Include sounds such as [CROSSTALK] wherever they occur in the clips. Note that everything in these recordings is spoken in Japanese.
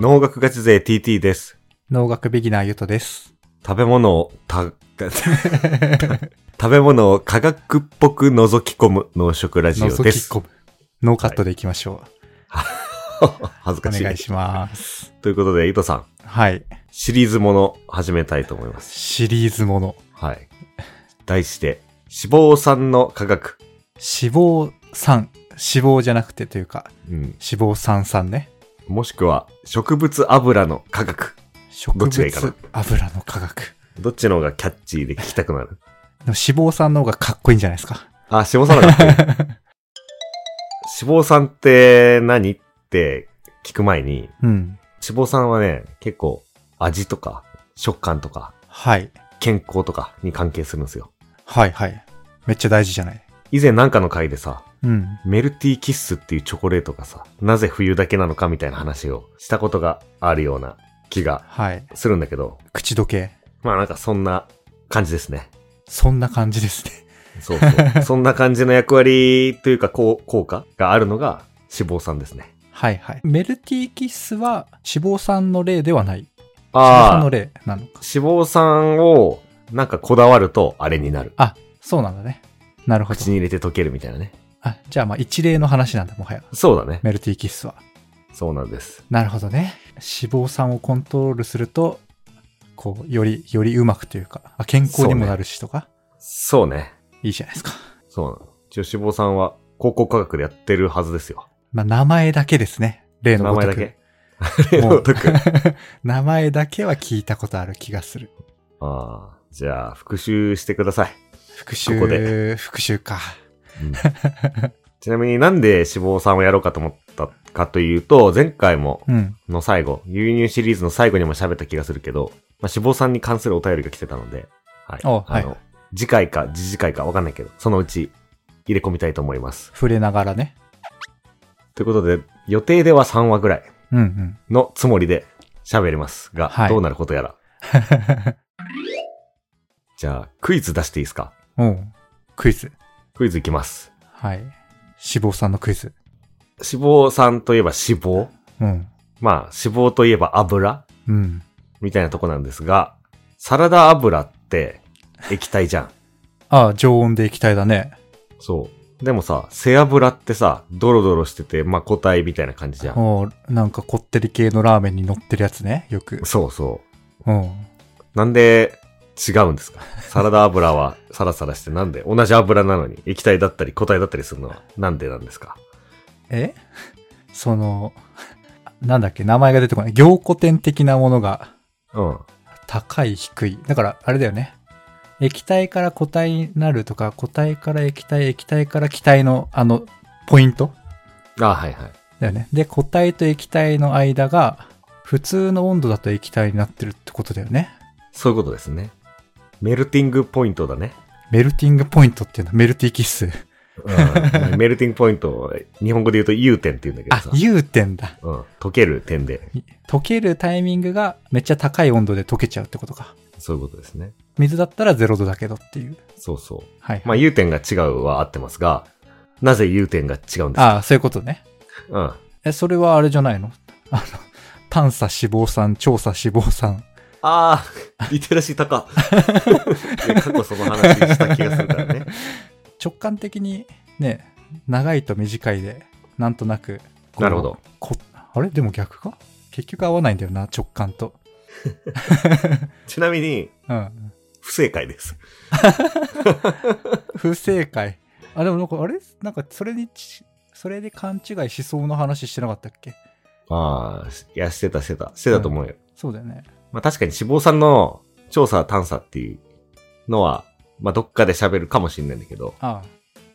農学ガチ勢 TT です。農学ビギナーゆとです。食べ物をた、食べ物を科学っぽく覗き込む農食ラジオ覗できす。込む。ノーカットでいきましょ恥ずう。かしおい。願いします。ということで、伊藤さん、はい。シリーズもの始めたいと思います。シリーズもの。はい。題して、脂肪酸の科学。脂肪酸。脂肪じゃなくてというか、うん。脂肪酸酸ね。もしくは、植物油の科学。植どっちがいいかな物油の化学。どっちの方がキャッチーで聞きたくなる。でも脂肪酸の方がかっこいいんじゃないですか。あ、脂肪酸の科学。 [LAUGHS] 脂肪酸って何って聞く前に、うん。脂肪酸はね、結構味とか食感とかはい。健康とかに関係するんですよ。はいはい。めっちゃ大事じゃない。以前なんかの回でさ、うん。メルティーキッスっていうチョコレートがさ、なぜ冬だけなのかみたいな話をしたことがあるような気がはい。するんだけど、口どけ。まあなんかそんな感じですね。そんな感じですね。そうそう。そんな感じの役割というかこう効果があるのが脂肪酸ですね。はいはい。メルティーキッスは脂肪酸の例ではない。脂肪酸あのあ、例なのか。脂肪酸をなんかこだわるとあれになる。あ、そうなんだね。なるほど口。に入れて溶けるみたいなね。あ、じゃあまあ一例の話なんだ、もはや。そうだね。メルティーキッスは。そうなんです。なるほどね。脂肪酸をコントロールすると、こう、より、よりうまくというか、あ健康にもなるしとか、そうね。いいじゃないですか。そうなの。一応脂肪酸は高校科学でやってるはずですよ。まあ名前だけですね。例の名ご前とだく。け。例のごとく。もあう名前だけは聞いたことある気がする。あ。じゃあ、復習してください。復習、ここで復習か。 [LAUGHS] ちなみになんで脂肪酸をやろうかと思ったかというと、前回もうん。の最後、牛乳シリーズの最後にも喋った気がするけど、まあ、脂肪酸に関するお便りが来てたので、はい。おはいの、次回か次々回かわかんないけど、そのうち入れ込みたいと思います。触れながらね。ということで、予定では3話ぐらいうんうん。のつもりで喋りますが、はいどうなることや [LAUGHS] ら。じゃあ、クイズ出していいですかおうクイズ。クイズいきます。はい。脂肪酸のクイズ。脂肪酸といえば脂肪うん。まあ、脂肪といえば油うん。みたいなとこなんですが、サラダ油って液体じゃん。ああ、常温で液体だね。そう。でもさ、背脂ってさ、ドロドロしてて、まあ固体みたいな感じじゃん。おうなんかこってり系のラーメンに乗ってるやつね、よく。そうそうん。う。なんで違うんですかサラダ油はサラサラしてなんで同じ油なのに液体だったり固体だったりするのはなんでなんですかえ [LAUGHS] その、なんだっけ、名前が出てこない。凝固点的なものがうん。高い、低い。だから、あれだよね。液体から固体になるとか、固体から液体、液体から気体の、あの、ポイントあはいはい。だよね。で、固体と液体の間が、普通の温度だと液体になってるってことだよね。そういうことですね。メルティングポイントだね。メルティングポイントっていうのはメルティキッス。うん、メルティングポイントを日本語で言うと U 点って言うんだけどあさ、。融点だ。うん、溶ける点で。溶けるタイミングがめっちゃ高い温度で溶けちゃうってことか。そういうことですね。水だったら0度だけどっていう。そうそう。はい。まあ U 点が違うは合ってますが、なぜ U 点が違うんですかああ、そういうことね。うん。え、それはあれじゃないの [LAUGHS] あの、探査脂肪酸、調査脂肪酸。ああ、リテラシー [LAUGHS] 高。ね過去その話した気がするからね。直感的にね、長いと短いで、なんとなく。こうなるほど。こあれでも逆か結局合わないんだよな、直感と。ちなみに、うん。不正解です。不正解。あ、でもなんか、あれなんか、それにち、それで勘違いしそうな話してなかったっけああ、いや、してたしてた。してたと思うよ。そうだよね。まあ確かに脂肪酸の調査探査っていうのは、まあどっかで喋るかもしれないんだけど、ああ。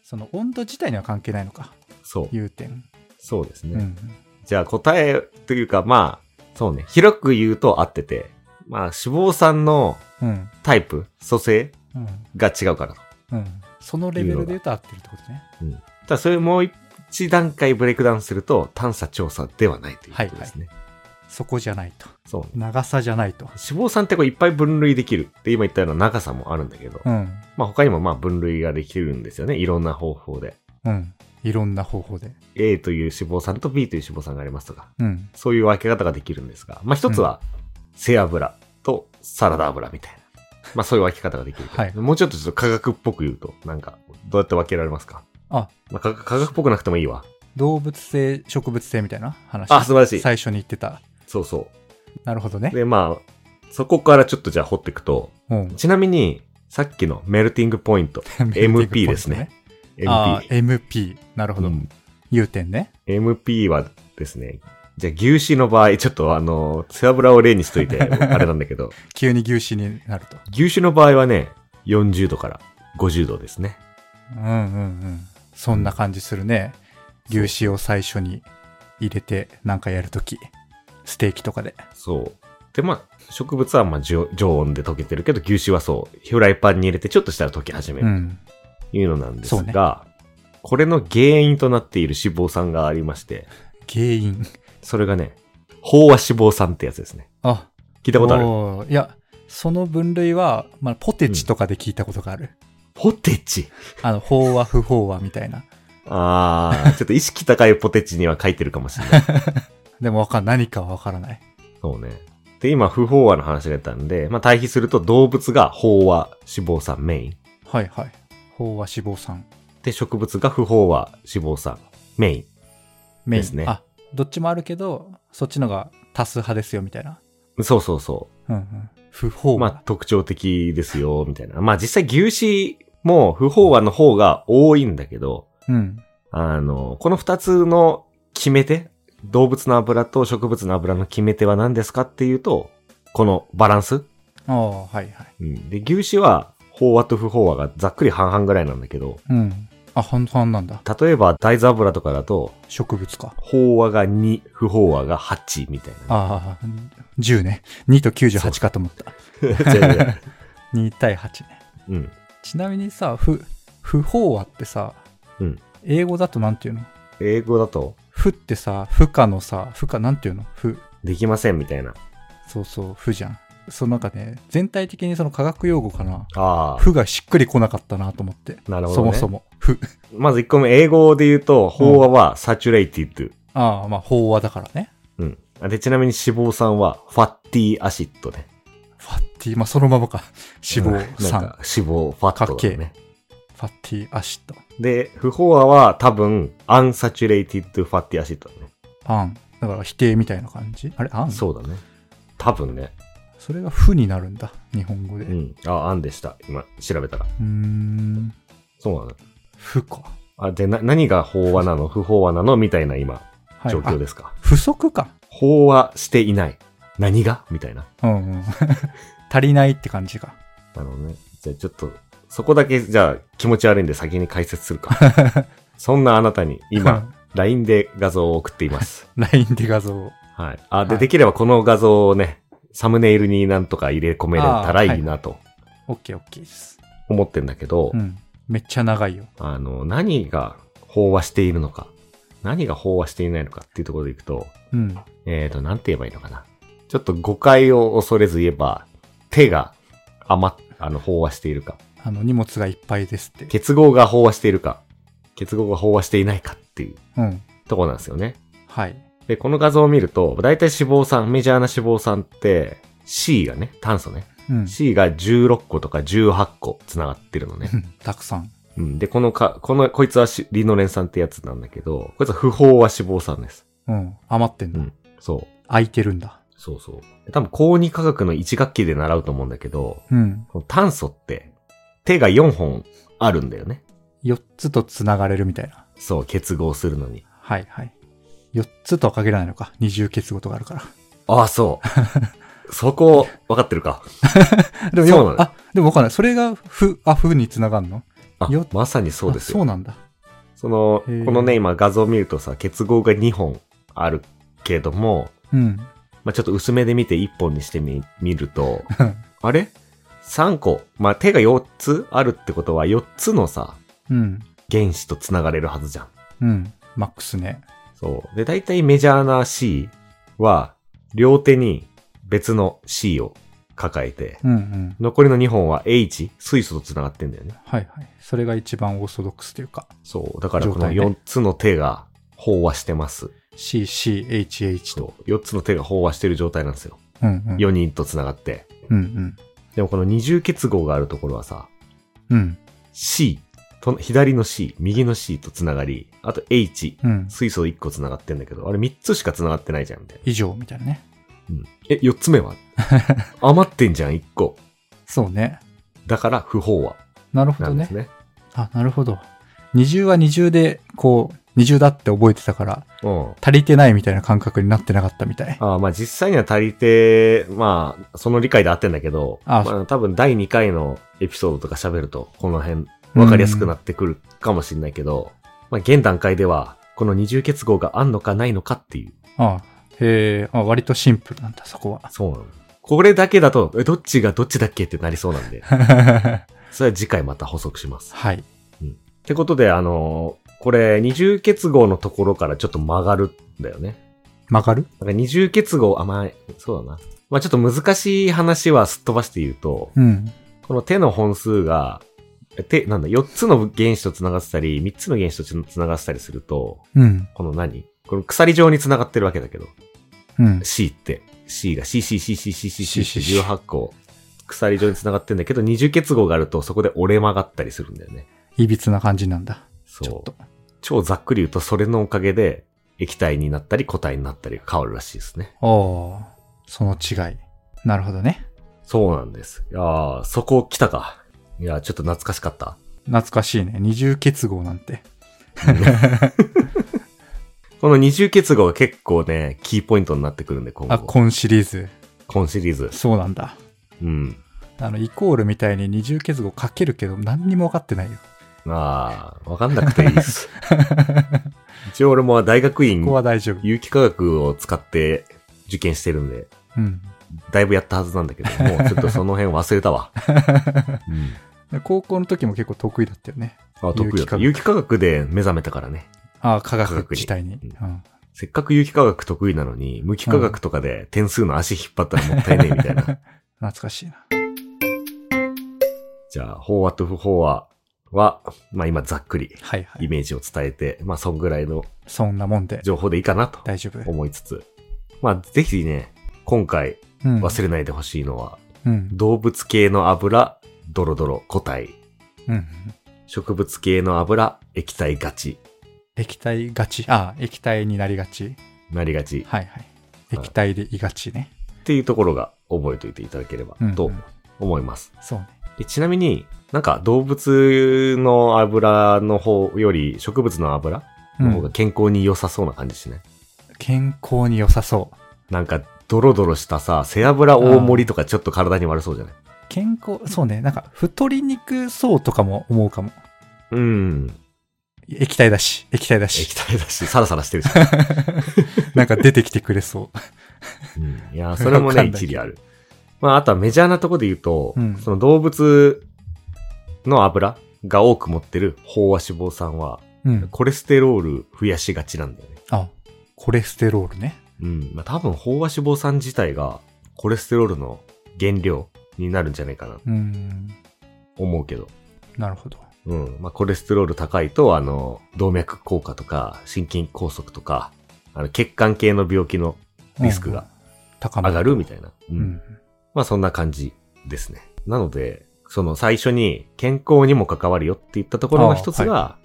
その温度自体には関係ないのか。そう。融点。そうですね。うん。じゃあ答えというか、まあ、そうね。広く言うと合ってて、まあ脂肪酸のうん。タイプ、組成うん。が違うからと。うん。そのレベルで言うと合ってるってことね。ただそれをもう一段階ブレイクダウンすると探査調査ではないということですね。そこじゃないと。そうね。長さじゃないと。脂肪酸ってこういっぱい分類できるって今言ったような長さもあるんだけど、うん。まあ他にもまあ分類ができるんですよね。いろんな方法で。うん。いろんな方法で。 A という脂肪酸と B という脂肪酸がありますとか、うん。そういう分け方ができるんですが、まあ一つは背脂とサラダ油みたいな。まあそういう分け方ができるけど、はいもうちょっとちょっと科学っぽく言うと、なんか、どうやって分けられますかあ、まあ科学科学っぽくなくてもいいわ。動物性、植物性みたいな話。あ、素晴らしい。最初に言ってた。そうそなるほどねう。。で、まあ、そこからちょっとじゃあ掘っていくと、うん。ちなみに、さっきのメルティングポイント、MP [LAUGHS] ですね。あ MP。ー MP。なるほど。うん融点ね。 MP はですね、じゃあ牛脂の場合、ちょっとあの、背脂を例にしといて、あれなんだけど、急に牛脂になると。牛脂の場合はね、40度から50度ですね。うんうんうん。そんな感じするね。牛脂を最初に入れてなんかやるとき。ステーキとかで。そう。で、まあ、植物はまあじょ常温で溶けてるけど、牛脂はそう、フライパンに入れてちょっとしたら溶け始めうるん。というのなんですそうねが、これの原因となっている脂肪酸がありまして、原因。それがね、飽和脂肪酸ってやつですね。あ、聞いたことあるおーいや、その分類は、まあ、ポテチとかで聞いたことがある。ポテチあの、飽和不飽和みたいな。あー、ちょっと意識高いポテチには書いてるかもしれ [LAUGHS] ない。でもわかん、何かはわからない。そうね。で、今、不飽和の話が出たんで、まあ、対比すると動物が飽和脂肪酸メイン。はいはい。飽和脂肪酸。で、植物が不飽和脂肪酸メイン。メインですねあ、どっちもあるけど、そっちのが多数派ですよ、みたいな。そうそうそうんうん。不飽う。和。まあ、特徴的ですよ、みたいな。まあ、実際牛脂も不飽和の方が多いんだけど、うん。あの、この二つの決め手、動物の油と植物の油の決め手は何ですかっていうと、このバランス。ああ、はいはい。うん、で、牛脂は飽和と不飽和がざっくり半々ぐらいなんだけど、うん。あ、半々なんだ。例えば大豆油とかだと、植物か。飽和が2、不飽和が8みたい [LAUGHS] な。ああ、10ね。2と98かと思った。違う違う2対8ね。うん。ちなみにさ、不、不飽和ってさ、うん英語だとなんていうの英語だと、不ってさ、不可のさ、不可なんていうの不。できませんみたいな。そうそう、不じゃん。そのなんかね、全体的にその科学用語かな。ああ。不がしっくりこなかったなと思って。なるほそど、ね。もそも。不。 [LAUGHS] まず1個目、英語で言うと、飽和はサチュレイティッド。ああ、まあ、飽和だからね。うん。で、ちなみに脂肪酸は、ファッティアシッドね。ファッティ、まあ、そのままか。脂肪なん酸。か脂肪、ファットだかっね。ファッティアシッド。で、不飽和は多分、アンサチュレイティッドファッティアシッドだね。アン。だから否定みたいな感じあれ、アンそうだね。多分ね。それが負になるんだ。日本語で。う。うんあ、アンでした。今、調べたら。ーん。そうなの。負か。あ、で、な、何が飽和なの不飽和なのみたいな今、はい。状況あですか。不足か。飽和していない。何がみたいな。うん [LAUGHS] うん。足りないって感じか。なるほどね。じゃあちょっと、そこだけ、じゃあ気持ち悪いんで先に解説する [LAUGHS] か。そんなあなたに今、LINE で画像を送っています。 LINE で画像を。はい。あ、で、はいできればこの画像をね、サムネイルになんとか入れ込めれたらいいなと OK、OK です。思ってんだけど、うん。めっちゃ長いよ。あの、何が飽和しているのか、何が飽和していないのかっていうところでいくと、うん。えーと、なんて言えばいいのかな。ちょっと誤解を恐れず言えば、手が余っ、あの、飽和しているか、あの、荷物がいっぱいですって。結合が飽和しているか、結合が飽和していないかっていううん。ところなんですよね。はい。で、この画像を見ると、だいたい脂肪酸、メジャーな脂肪酸って、C がね、炭素ね。うん。 C が16個とか18個繋がってるのねう。ん [LAUGHS] たくさん。うん、で、このか、この、こいつはしリノレン酸ってやつなんだけど、こいつは不飽和脂肪酸です。うん。余ってんだ。うんそう。空いてるんだ。そうそう。で多分、高2科学の1学期で習うと思うんだけど、うん。この炭素って、手が4本あるんだよね。 4つと繋がれるみたいな。そう、結合するのに。はいはい。4つとは限らないのか。二重結合とかあるから。 [LAUGHS] ああ、そう。そこ、分かってるか。でもそうなのあ、でもわかんない。それが、ふ、あ、ふにつながるのあよ、まさにそうですあそよ。うなんだ。その、へーこのね、今画像を見るとさ、結合が2本あるけども、うん。まあ、ちょっと薄めで見て1本にしてみ、見る [LAUGHS] と、あれ ?3 個。まあ、手が4つあるってことは、4つのさ、うん。原子と繋がれるはずじゃん。うん。マックスね。そう。で、大体メジャーな C は、両手に別の C を抱えて、うんうん。残りの2本は H、水素と繋がってんだよね。はいはい。それが一番オーソドックスというか、そう。だからこ状の態ね4つの手が飽和してます。 CCHH と。と、4つの手が飽和してる状態なんですよ。うんうん。 4人と繋がって。うんでもこの二重結合があるところはさ、うん。うん。 C、と左の C、右の C と繋がり、あと H、うん。水素1個繋がってんだけど、あれ3つしか繋がってないじゃん、みたいな。以上みたいなね。うんえ、4つ [LAUGHS] 目は余ってんじゃん、1個。そうね。だから不飽和なるほなどんでねす。ね。あ、なるほど。二重は二重で、こう、二重だって覚えてたから、うん。足りてないみたいな感覚になってなかったみたい。ああまあ実際には足りて、まあ、その理解で合ってんだけど、ああまあ、多分第2回のエピソードとか喋ると、この辺、わかりやすくなっってくるかもしれないけど、まあ現段階では、この二重結合があんのかないのかっていう。あへえ、あ割とシンプルなんだ、そこ [LAUGHS] は。そうなの。これだけだと、えどっちがどっちだっけってなりそうなんで、はそれは次回また補足します。い。ってことで、あのーこれ二重結合のところからちょっと曲がるんだよね。曲がるなんか二重結合、あ、まあ、そうだな。まあちょっと難しい話はすっ飛ばして言うと、うん。この手の本数が、え手、なんだ、4つの原子と繋がってたり、3つの原子とつ繋がってたりすると、うん。この何この鎖状に繋がってるわけだけど、うん。 C って、C が C CCCCCCC18 個、鎖状に繋がってんだけど、二重結合があるとそこで折れ曲がったりするんだよね。いびつな感じなんだ。ちょそっうと。。超ざっくり言うと、それのおかげで、液体になったり固体になったりが変わるらしいですね。おーその違い。なるほどね。そうなんです。いやーそこ来たか。いやーちょっと懐かしかった。懐かしいね。二重結合なんて。この二重結合が結構ね、キーポイントになってくるんで、今後。あ、今シリーズ。今シリーズ。そうなんだ。うん。あの、イコールみたいに二重結合かけるけど、何にも分かってないよ。まあ、わかんなくていいです。一応俺も大学院ここ、は大丈夫。有機化学を使って受験してるんで、うん。だいぶやったはずなんだけ [LAUGHS] ど、もうちょっとその辺忘れたわ。うんで高校の時も結構得意だったよね。 [LAUGHS] あ、得意だった。有有機化学で目覚めたからね。ああ、科科学学に自体に。うんせっかく有機化学得意なのに、無機化学とかで点数の足引っ張ったらもったいねえみたいな。懐かしいな。じゃあ、飽和と不飽和は、まあ今ざっくりはいはイい。メージを伝えて、まあそんぐらいのそんなもんで情報でいいかなと大丈夫。思いつつ、まあぜひね、今回うん。忘れないでほしいのは、うん。動物系の油、ドロドロ、固体。うん。植物系の油、液体ガチ。液体がち。ああ、液体になりがち。なりがち。はいはい。はい液体でいがちね。っていうところが覚えておいていただければうん。とうん思います。そうね。でちなみになんか動物の油の方より植物の油の方うがん健康に良さそうな感じしない、健康に良さそう。なんか、ドロドロしたさ、背脂大盛りとかちょっと体に悪そうじゃない健康、そうね。なんか、太りにくそうとかも思うかも。うん。液体だし、液体だ液し。体だし、サラサラしてるじゃん。なんか出てきてくれそうんいや、それもわかね、んない一理ある。まあ、あとはメジャーなとこで言うと、うんその動物の油が多く持ってる飽和脂肪酸は、 [LAUGHS] う。うん。コレステロール増やしがちなんだよね。あ、コレステロールね。うん。まあ、多分飽和脂肪酸自体がコレステロールの原料になるんじゃないかなとうん。思うけど。なるほど。うん。まあ、コレステロール高いと、あの、動脈硬化とか、心筋梗塞とか、あの、血管系の病気のリスクが高ま上がるみたいな。う。うんん。まあ、そんな感じですね。なので、その最初に健康にも関わるよって言ったところの一つが、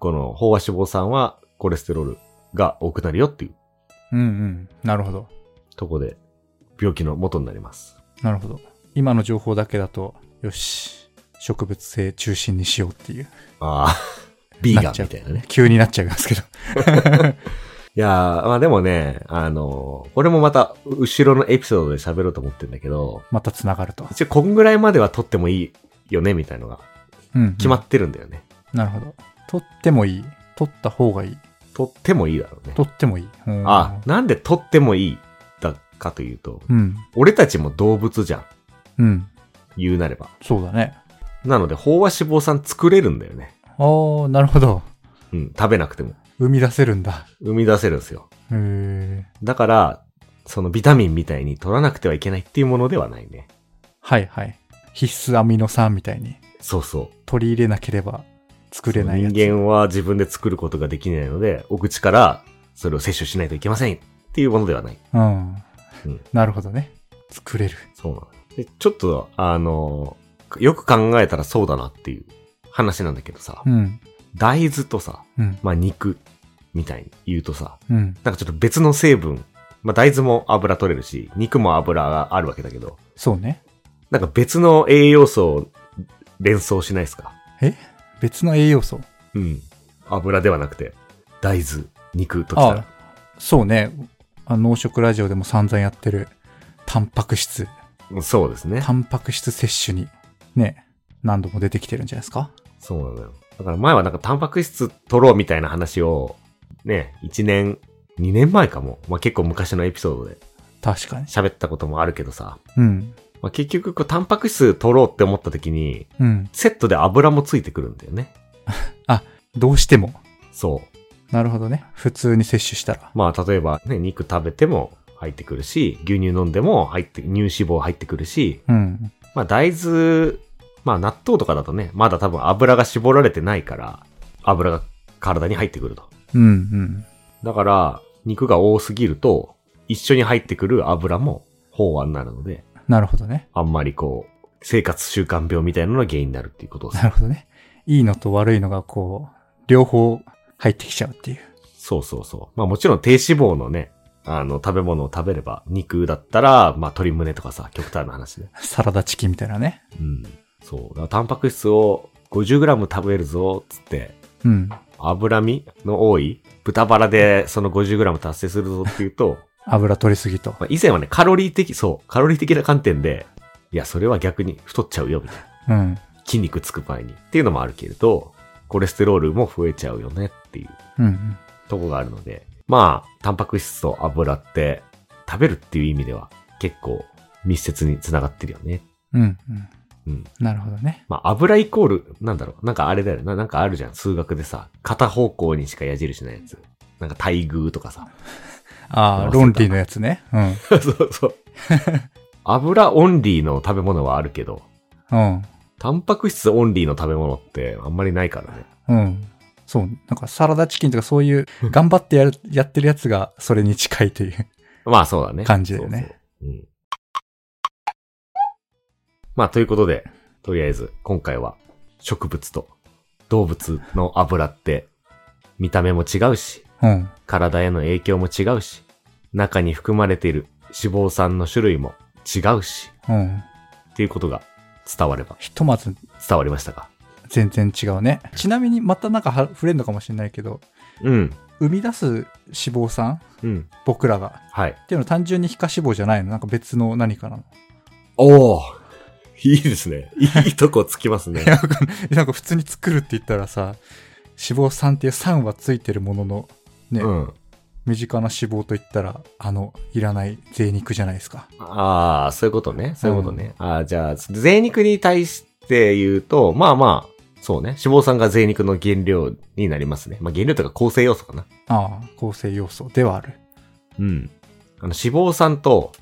この、飽和脂肪酸はコレステロールが多くなるよっていううんうん。なるほど。ところで、病気の元になります。なるほど。今の情報だけだと、よし、植物性中心にしようっていう。ああ、ビーガなンっちゃみうたいなね。急になっちゃいますけど。 [LAUGHS] いやー、まあでもね、あのーこれもまた、後ろのエピソードで喋ろうと思ってるんだけど、また繋がると。一応こんぐらいまでは取ってもいいよね、みたいのがうん。決まってるんだよね。なるほど。取ってもいい。取った方がいい。取ってもいいだろうね。取ってもいい。うんあ、なんで取ってもいいだかというと、うん。俺たちも動物じゃん。うん。言うなれば。そうだね。なので、飽和脂肪酸作れるんだよね。あー、なるほど。うん、食べなくても。生み出せるんだ。生み出せるんですよ。へえ。だから、そのビタミンみたいに取らなくてはいけないっていうものではないね。はいはい。必須アミノ酸みたいにそうそう。取り入れなければ作れないやつ。人間は自分で作ることができないので、お口からそれを摂取しないといけませんっていうものではない。うんうん。なるほどね。作れる。そうなの。で、ちょっと、あの、よく考えたらそうだなっていう話なんだけどさ、うん。大豆とさ、うん。まあ肉みたいに言うとさ、うん。なんかちょっと別の成分、まあ大豆も油取れるし、肉も油があるわけだけど、そうね。なんか別の栄養素を連想しないですか別の栄養素。うん。油ではなくて、大豆、肉ときたあら。そうね。あ農食ラジオでも散々やってる。タンパク質。そうですね。タンパク質摂取に、ね、何度も出てきてるんじゃないですかそうなのよ。だから前はなんかタンパク質取ろうみたいな話を、ね、1年、2年前かも。まあ、結構昔のエピソードで確かに。喋ったこともあるけどさ。うん。まあ、結局、こう、タンパク質取ろうって思った時に、うん。セットで油もついてくるんだよね。どうしても。そう。なるほどね。普通に摂取したら。まあ、例えばね、肉食べても入ってくるし、牛乳飲んでも入って、乳脂肪入ってくるし、うん。まあ、大豆、まあ、納豆とかだとね、まだ多分油が絞られてないから、油が体に入ってくると。うんうん。だから、肉が多すぎると、一緒に入ってくる油も飽和になるので、なるほどね。あんまりこう、生活習慣病みたいなのが原因になるっていうことを [LAUGHS] なるほどね。いいのと悪いのがこう、両方入ってきちゃうっていう。そうそうそう。まあもちろん低脂肪のね、あの、食べ物を食べれば、肉だったら、まあ鶏胸とかさ、極端な話ね。サラダチキンみたいなね。うん。そう。だからタンパク質を 50g 食べるぞ、つって、うん。脂身の多い豚バラでその 50g 達成するぞっていうと、 [LAUGHS] 油取りすぎと。まあ以前はね、カロリー的、そう、カロリー的な観点で、いや、それは逆に太っちゃうよ、みたいな。うん。筋肉つく前に。っていうのもあるけれど、コレステロールも増えちゃうよねっていううんうん。とこがあるので、まあ、タンパク質と油って食べるっていう意味では結構密接につながってるよね。うんうん。うん。なるほどね。まあ、油イコール、なんだろう、なんかあれだよな、なんかあるじゃん、数学でさ、片方向にしか矢印ないやつ。なんか待遇とか [LAUGHS] さ。あ忘あ、れたロンリーのやつね。うん。そうそう。油オンリーの食べ物はあるけど、うん。タンパク質オンリーの食べ物ってあんまりないからね。うん。そう。なんかサラダチキンとかそういう、頑張ってやる、やってるやつがそれに近いという。まあそうだね。感じだよねそうそう。うん。まあということで、とりあえず今回は植物と動物の油って見た目も違うし、うん。体への影響も違うし、中に含まれている脂肪酸の種類も違うし、うん。っていうことが伝われば、ひとまず伝わりましたか全然違うね。ちなみにまたなんかは触れるのかもしれないけど、うん。生み出す脂肪酸うん。僕らが。はい。っていうのは単純に皮下脂肪じゃないのなんか別の何かなの [LAUGHS] おおいいですね。いいとこつきますねい。や、わかんないなんか普通に作るって言ったらさ、脂肪酸っていう酸はついてるものの、ね、 [LAUGHS] うん。身近な脂肪と言ったら、あの、いらない贅肉じゃないですか。ああ、そういうことね。そういうことね。ああ、じゃあ、贅肉に対して言うと、まあまあ、そうね。脂肪酸が贅肉の原料になりますね。まあ原料というか構成要素かな。ああ、構成要素ではある。うん。あの、脂肪酸と、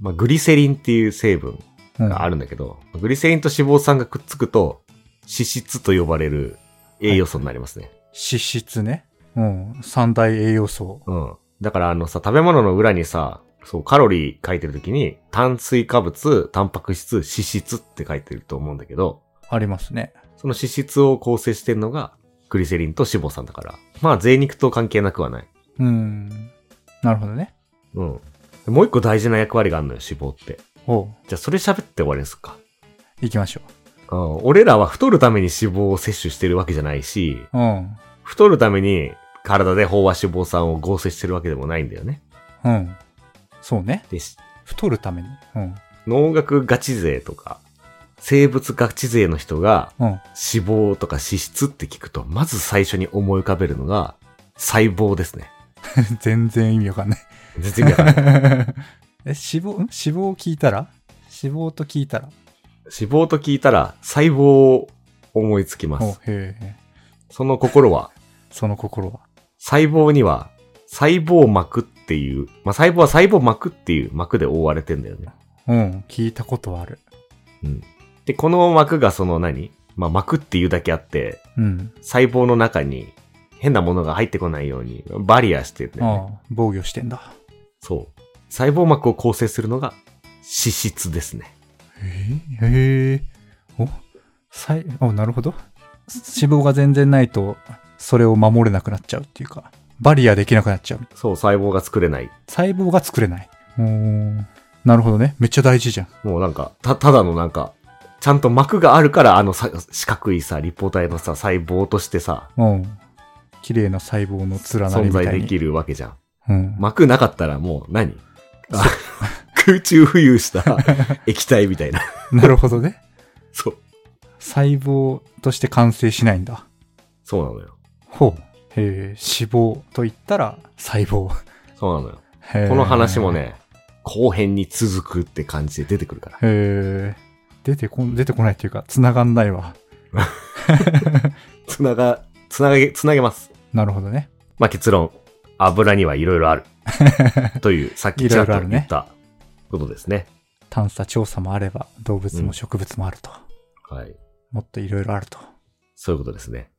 まあグリセリンっていう成分うん、があるんだけど、グリセリンと脂肪酸がくっつくと、脂質と呼ばれる栄養素になりますね。脂質ね。うん。三大栄養素。うん。だからあのさ、食べ物の裏にさ、そう、カロリー書いてるときに、炭水化物、タンパク質、脂質って書いてると思うんだけど、ありますね。その脂質を構成してるのが、グリセリンと脂肪酸だから。まあ、贅肉と関係なくはない。うん。なるほどね。うん。でもう一個大事な役割があるのよ、脂肪って。おう。じゃあ、それ喋って終わりですか。行きましょうん。俺らは太るために脂肪を摂取してるわけじゃないし、う。うん。太るために体で飽和脂肪酸を合成してるわけでもないんだよね。うん。そうね。で、し太るために。うん。農学ガチ勢とか、生物ガチ勢の人がうん。脂 [LAUGHS] 肪とか脂質って聞くと、まず最初に思い浮かべるのが、細胞ですね。全然意味わかんない。全然意味わ [LAUGHS] かんないえ、脂肪、ん脂肪を聞いたら脂肪と聞いたら脂肪と聞いたら細胞を思いつきまおす。へえ。その心は、その心は。細胞には細胞膜っていう、まあ、細胞は細胞膜っていう膜で覆われてんだよね。うん。聞いたことはある。うん。で、この膜がその何まあ、膜っていうだけあって、うん。細胞の中に変なものが入ってこないようにバリアしてるんだよね。ああ、防御してんだ。そう。細胞膜を構成するのが脂質ですね。へえ、へえ。お、さい、お、なるほど。脂肪が全然ないと、それを守れなくなっちゃうっていうか、バリアできなくなっちゃう。そう、細胞が作れない。細胞が作れない。うーん。なるほどね。めっちゃ大事じゃん。もうなんか、た、ただのなんか、ちゃんと膜があるから、あのさ、四角いさ、立方体のさ、細胞としてさ、うん。綺麗な細胞の連な存りみたい在に。できるわけじゃん。うん。膜なかったらもう何、あ [LAUGHS] 空中浮遊した [LAUGHS] 液体みたいな。 [LAUGHS] なるほどね。そう。細胞として完成しないんだ。そうなのよ。ほう。へえ、脂肪と言ったら細胞。そうなのよ。へえこの話も。ね、後編に続くって感じで出てくるから。へえ、出てこん、出てこないっていうか、繋がんないわ。つなが、つなげ、つなげます。なるほどね。 [LAUGHS] まあ、結論、油にはいろいろある。という、さっきちらっと言ったことですね。探査調査もあれば、動物も植物もあると。はい。もっといろいろあると。そういうことですね。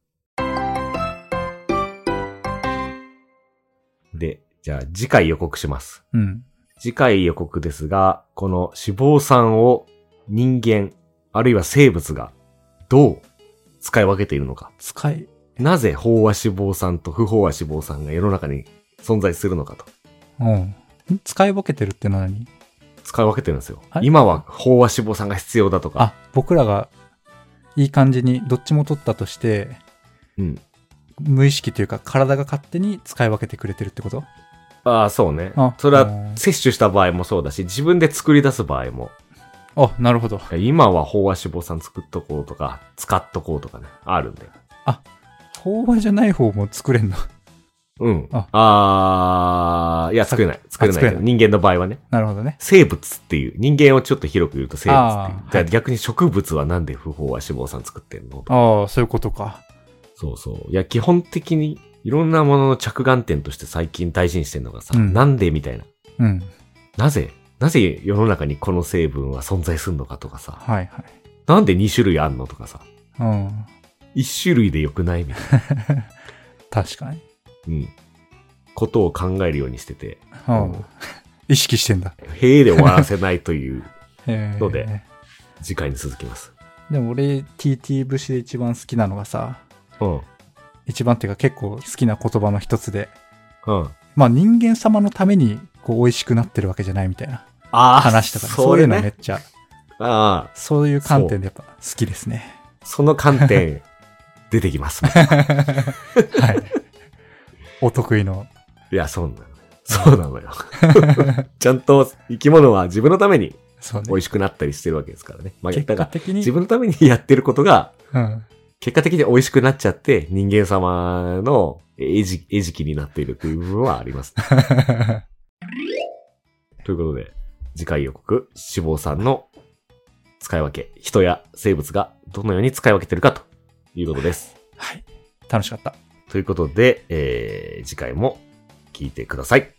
で、じゃあ次回予告します。うん。次回予告ですが、この脂肪酸を人間、あるいは生物がどう使い分けているのか。使い、なぜ飽和脂肪酸と不飽和脂肪酸が世の中に存在するのかと。うん。使い分けてるってのは何使い分けてるんですよは。い今は飽和脂肪酸が必要だとか。あ、僕らが、いい感じにどっちも取ったとして、うん。無意識というか体が勝手に使い分けてくれてるってことああ、そうねあ。それうはん摂取した場合もそうだし、自分で作り出す場合も。あ、なるほど。今は飽和脂肪酸作っとこうとか、使っとこうとかね、あるんで。飽和じゃない方も作れんの。 [LAUGHS] うん。ああー、いや、作れない。作れないけ作ど。れ人間の場合はね。なるほどね。生物っていう、人間をちょっと広く言うと生物っていうあ。ーじゃはあい逆に植物はなんで不飽和脂肪酸作ってんのああ、そういうことか。そうそう。いや、基本的に、いろんなものの着眼点として最近大事にしてんのがさ、うんなんでみたいな。うん。なぜなぜ世の中にこの成分は存在するのかとかさ、はいはい。なんで2種類あんのとかさ、うん。 1種類でよくないみたいな、確かに。うん、ことを考えるようにしてて、うん。うん意識してんだ。へえで終わらせないというへえので次回に続きます。でも俺、TT 節で一番好きなのがさ、うん。一番っていうか結構好きな言葉の一つで、うん。まあ人間様のためにこう美味しくなってるわけじゃないみたいなああ、話とかね、そうそいううねのめっちゃ、ああ、そういう観点でやっぱ好きですね。その観 [LAUGHS] 点、出てきます。はい。お得意の。いや、そうなのよ。そうなの [LAUGHS] よ。ちゃんと生き物は自分のためにそう美味ね。しくなったりしてるわけですからね。まあ、結だか果ら的に、自分のためにやってることが [LAUGHS] うん。結果的に美味しくなっちゃって、人間様の餌食餌食になっているという部分はあります。 [LAUGHS] ということで、次回予告、脂肪酸の使い分け、人や生物がどのように使い分けてるかということです。はい。楽しかった。ということで、えー、次回も聞いてください。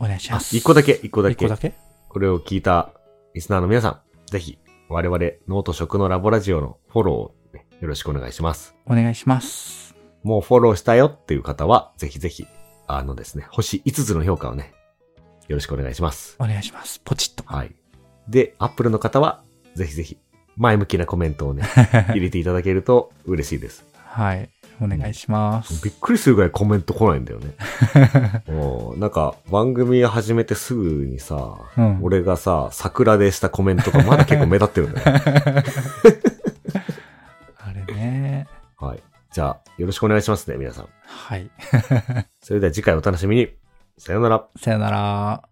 お願いしあます。一個だけ、一個だ一け個。だけこれを聞いたリスナーの皆さん、ぜひ、我々、ノート食のラボラジオのフォローをね、よろしくお願いします。お願いします。もうフォローしたよっていう方は、ぜひぜひ、あのですね、星5つの評価をね、よろしくお願いします。お願いします。ポチッと。はい。で、Apple の方は、ぜひぜひ、前向きなコメントをね、入れていただけると嬉しいです。 [LAUGHS] はい。お願いします。びっくりするぐらいコメント来ないんだよね。もうなんか、番組を始めてすぐにさ、うん俺がさ、桜でしたコメントがまだ結構目立ってるんだよね。あれね。はい。じゃあ、よろしくお願いしますね、皆さん。はい。それでは次回お楽しみに。さようなら。さよなら。